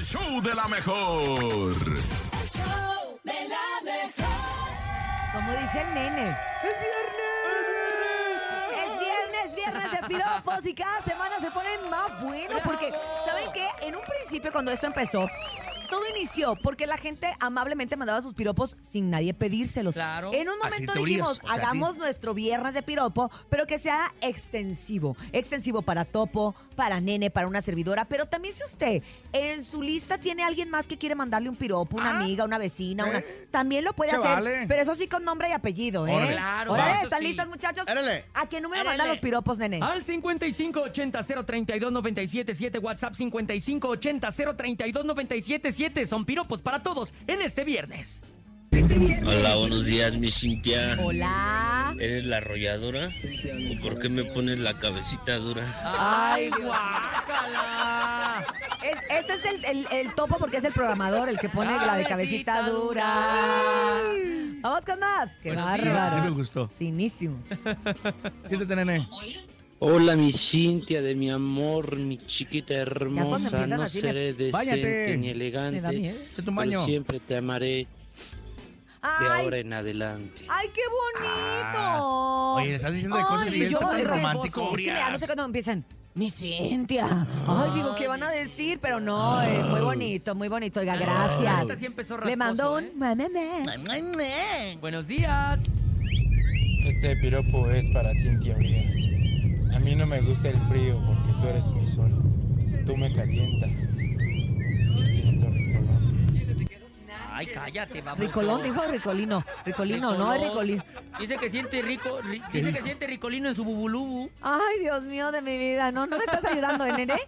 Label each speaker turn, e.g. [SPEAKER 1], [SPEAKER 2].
[SPEAKER 1] show de la mejor.
[SPEAKER 2] El show de la mejor.
[SPEAKER 3] Como dice el nene. Es viernes, viernes de piropos y cada semana se ponen más buenos porque, ¿saben qué? En un principio cuando esto empezó, todo inició porque la gente amablemente mandaba sus piropos sin nadie pedírselos.
[SPEAKER 4] Claro.
[SPEAKER 3] En un momento
[SPEAKER 5] teorías,
[SPEAKER 3] dijimos,
[SPEAKER 5] o sea,
[SPEAKER 3] hagamos
[SPEAKER 5] sí.
[SPEAKER 3] nuestro viernes de piropo, pero que sea extensivo. Extensivo para Topo, para Nene, para una servidora. Pero también si usted en su lista tiene alguien más que quiere mandarle un piropo, una
[SPEAKER 4] Ah.
[SPEAKER 3] amiga, una vecina, una,
[SPEAKER 5] Eh.
[SPEAKER 3] también lo puede
[SPEAKER 5] Se
[SPEAKER 3] hacer.
[SPEAKER 5] vale.
[SPEAKER 3] Pero eso sí con nombre y apellido, ¿eh?
[SPEAKER 4] Órale. Claro,
[SPEAKER 3] Órale,
[SPEAKER 4] eso
[SPEAKER 3] ¿están
[SPEAKER 4] sí. Ah.
[SPEAKER 3] listas, muchachos?
[SPEAKER 5] Órale.
[SPEAKER 3] ¿A qué número
[SPEAKER 4] Órale.
[SPEAKER 3] mandan los piropos, Nene?
[SPEAKER 4] Al 5580-032-977, WhatsApp 5580-032-977. Son piropos para todos en este viernes.
[SPEAKER 6] Hola, buenos días, mi Cintia.
[SPEAKER 3] Hola.
[SPEAKER 6] ¿Eres la arrolladora? ¿Y por qué me pones la cabecita dura?
[SPEAKER 4] ¡Ay, guácala!
[SPEAKER 3] Es- este es el, el- el topo porque es el programador, el que pone la de cabecita
[SPEAKER 4] Cabecita
[SPEAKER 3] dura. Vamos con más. Qué
[SPEAKER 4] Bueno, sí,
[SPEAKER 3] bárbaro.
[SPEAKER 5] sí me gustó.
[SPEAKER 3] Finísimo.
[SPEAKER 5] Siéntate, nene.
[SPEAKER 6] Hola, mi Cintia de mi amor, mi chiquita hermosa.
[SPEAKER 3] empiezan
[SPEAKER 6] No
[SPEAKER 3] así, le-
[SPEAKER 6] seré
[SPEAKER 5] Váyate.
[SPEAKER 6] decente
[SPEAKER 3] Me
[SPEAKER 6] ni
[SPEAKER 3] da
[SPEAKER 6] elegante,
[SPEAKER 3] miedo.
[SPEAKER 5] Échate un
[SPEAKER 6] pero
[SPEAKER 5] baño.
[SPEAKER 6] siempre te amaré de ahora
[SPEAKER 3] Ay,
[SPEAKER 6] en adelante.
[SPEAKER 3] ay, qué bonito.
[SPEAKER 5] Ah. Oye, le estás diciendo de cosas
[SPEAKER 3] Ay,
[SPEAKER 5] y él
[SPEAKER 3] yo-
[SPEAKER 5] está
[SPEAKER 3] es
[SPEAKER 5] tan
[SPEAKER 3] que-
[SPEAKER 5] romántico.
[SPEAKER 3] es que mira, no sé cuándo empiezan. Mi Cintia. Ay, digo, ¿qué van a decir? Pero no, eh, muy bonito, muy bonito. Oiga,
[SPEAKER 4] Esta sí
[SPEAKER 3] gracias.
[SPEAKER 4] empezó
[SPEAKER 3] Le
[SPEAKER 4] rasposo,
[SPEAKER 3] mando un...
[SPEAKER 4] ¿eh?
[SPEAKER 3] mamamá.
[SPEAKER 4] Buenos días.
[SPEAKER 7] Este piropo es para Cintia Urias. A mí no me gusta el frío porque tú eres mi sol. Tú me calientas. Y siento ricolón.
[SPEAKER 4] Ay, cállate, vamos.
[SPEAKER 3] Ricolón, dijo Ricolino. Ricolino, no es Ricolino.
[SPEAKER 4] Dice que siente rico, ri- dice que siente ricolino en su bubulubu.
[SPEAKER 3] Ay, Dios mío de mi vida. No, no me estás ayudando, ¿eh, nene.